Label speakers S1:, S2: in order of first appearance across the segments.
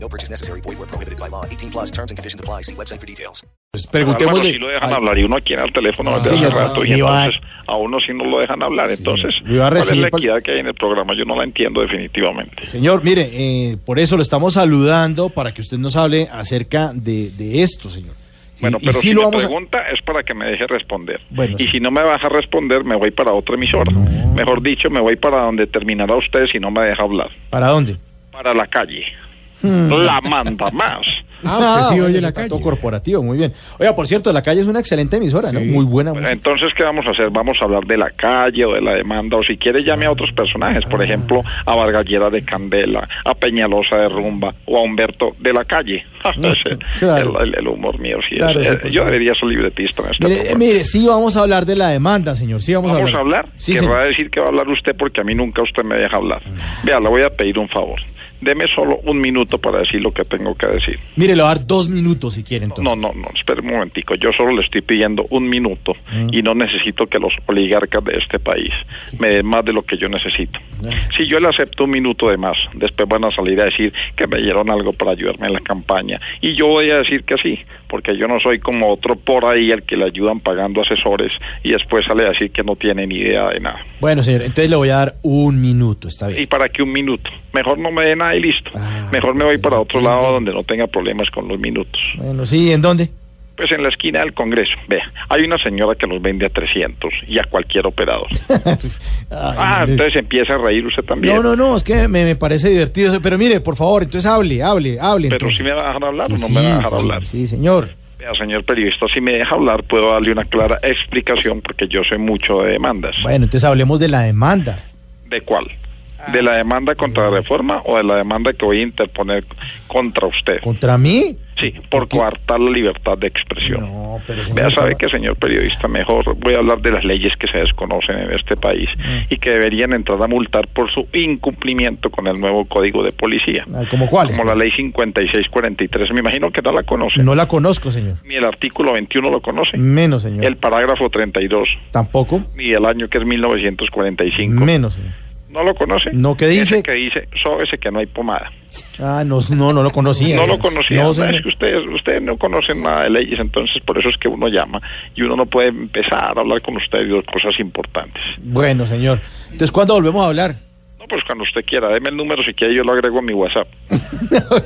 S1: No purchase necessary. Void where prohibited by law. 18 plus terms and conditions apply. See website for details.
S2: Pues
S3: Álvaro,
S2: preguntémosle.
S3: si lo dejan hablar y uno aquí en el teléfono desde hace
S2: señor,
S3: rato y
S2: y va-
S3: entonces a uno si no lo dejan hablar entonces
S2: y va a
S3: cuál es
S2: recibir
S3: la
S2: por-
S3: equidad que hay en el programa yo no la entiendo definitivamente
S2: Señor, mire, eh, por eso lo estamos saludando para que usted nos hable acerca de, de esto, señor. Y-
S3: bueno
S2: y
S3: pero
S2: sí
S3: si
S2: lo
S3: me
S2: vamos a-
S3: pregunta es para que me deje responder
S2: Bueno.
S3: y si no me vas a responder me voy para otra emisora mejor dicho me voy para donde terminará usted si no me deja hablar
S2: ¿Para dónde?
S3: para la calle
S2: Hmm.
S3: la manda más
S4: Ah, usted sí
S2: bueno,
S4: oye
S2: el
S4: la
S2: trato
S4: calle.
S2: corporativo, muy bien. Oiga, por cierto, la calle es una excelente emisora, ¿no?
S4: Sí.
S2: Muy buena.
S3: Pues, entonces qué vamos a hacer vamos a hablar de la calle o de la demanda o si quiere llame a otros personajes
S2: Ah.
S3: por ejemplo a Vargallera de Candela a Peñalosa de Rumba o a Humberto de la calle Ese,
S2: claro.
S3: el, el- el humor mío sí es.
S2: Claro, sí,
S3: Eh,
S2: por
S3: yo
S2: supuesto.
S3: debería ser libretista en este
S2: Mire, eh,
S3: programa.
S2: mire, sí vamos a hablar de la demanda, señor. Sí vamos,
S3: vamos a hablar
S2: Sí,
S3: querrá
S2: señor.
S3: decir que va a hablar usted porque a mí nunca usted me deja hablar vea le voy a pedir un favor deme solo un minuto para decir lo que tengo que decir
S2: Mire, le va a dar dos minutos si quiere, entonces.
S3: No, no, no, espere un momentico. Yo solo le estoy pidiendo un minuto
S2: Mm.
S3: y no necesito que los oligarcas de este país me den más de lo que yo necesito. Si yo le acepto un minuto de más, después van a salir a decir que me dieron algo para ayudarme en la campaña. Y yo voy a decir que sí, porque yo no soy como otro por ahí al que le ayudan pagando asesores y después sale a decir que no tiene ni idea de nada.
S2: Bueno, señor, entonces le voy a dar un minuto, está bien.
S3: ¿Y para qué un minuto? Mejor no me dé nada y listo.
S2: Ah,
S3: Mejor me voy para otro lado
S2: entiendo.
S3: donde no tenga problemas con los minutos.
S2: Bueno, sí, ¿en dónde?
S3: Pues en la esquina del Congreso, vea, hay una señora que los vende a 300 y a cualquier operador. Ah,
S2: mire.
S3: entonces empieza a reír usted también.
S2: No, no, no, es que me, me parece divertido. eso, Pero mire, por favor, entonces hable, hable, hable.
S3: Pero si
S2: entonces.
S3: me va a dejar hablar o no
S2: Sí,
S3: me va a dejar
S2: sí,
S3: hablar.
S2: Sí, señor.
S3: Vea, señor periodista, si me deja hablar puedo darle una clara explicación porque yo sé mucho de demandas.
S2: Bueno, entonces hablemos de la demanda.
S3: ¿De cuál? ¿De la demanda contra la reforma o de la demanda que voy a interponer contra usted?
S2: ¿Contra mí?
S3: Sí, por coartar la libertad de expresión.
S2: No, pero señor,
S3: Vea, sabe
S2: estaba-
S3: que, señor periodista, mejor voy a hablar de las leyes que se desconocen en este país
S2: Mm.
S3: y que deberían entrar a multar por su incumplimiento con el nuevo Código de Policía,
S2: Ah, ¿Cómo cuál?
S3: como la Ley 5643. Me imagino que no la conoce.
S2: No la conozco, señor.
S3: Ni el artículo 21 lo conoce,
S2: Menos, señor.
S3: el parágrafo 32,
S2: Tampoco.
S3: ni el año que es 1945.
S2: Menos, señor.
S3: ¿No lo conoce?
S2: No, ¿qué dice?
S3: Ese que dice, sóbese que no hay pomada.
S2: Ah, no, no, no lo conocía.
S3: no lo conocía.
S2: No,
S3: O sea,
S2: señor.
S3: es que ustedes, ustedes no conocen nada de leyes, entonces por eso es que uno llama y uno no puede empezar a hablar con ustedes de cosas importantes.
S2: Bueno, señor. Entonces, ¿cuándo volvemos a hablar?
S3: No, pues cuando usted quiera, deme el número si quiere, yo lo agrego a mi WhatsApp.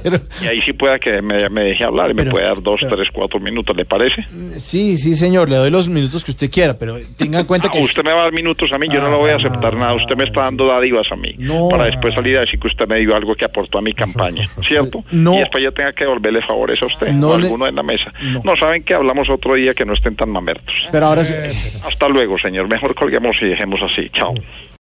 S2: Pero-
S3: Y ahí sí pueda que me, me deje hablar y me
S2: Pero-
S3: puede dar dos,
S2: pero-
S3: tres, cuatro minutos, ¿le parece?
S2: sí, sí, señor. Le doy los minutos que usted quiera, pero tenga en cuenta
S3: Ah,
S2: que... Ah.
S3: usted me va a dar minutos a mí, yo no lo voy a aceptar nada. Usted me está dando dádivas a mí
S2: No.
S3: para después salir a decir que usted me dio algo que aportó a mi campaña, ¿cierto?
S2: No.
S3: Y después yo tenga que devolverle favores a usted
S2: No
S3: o a
S2: le-
S3: alguno en la mesa.
S2: No.
S3: No. saben que hablamos otro día que no estén tan mamertos.
S2: Pero ahora... sí-
S3: Hasta luego, señor. Mejor colguemos y dejemos así. Chao.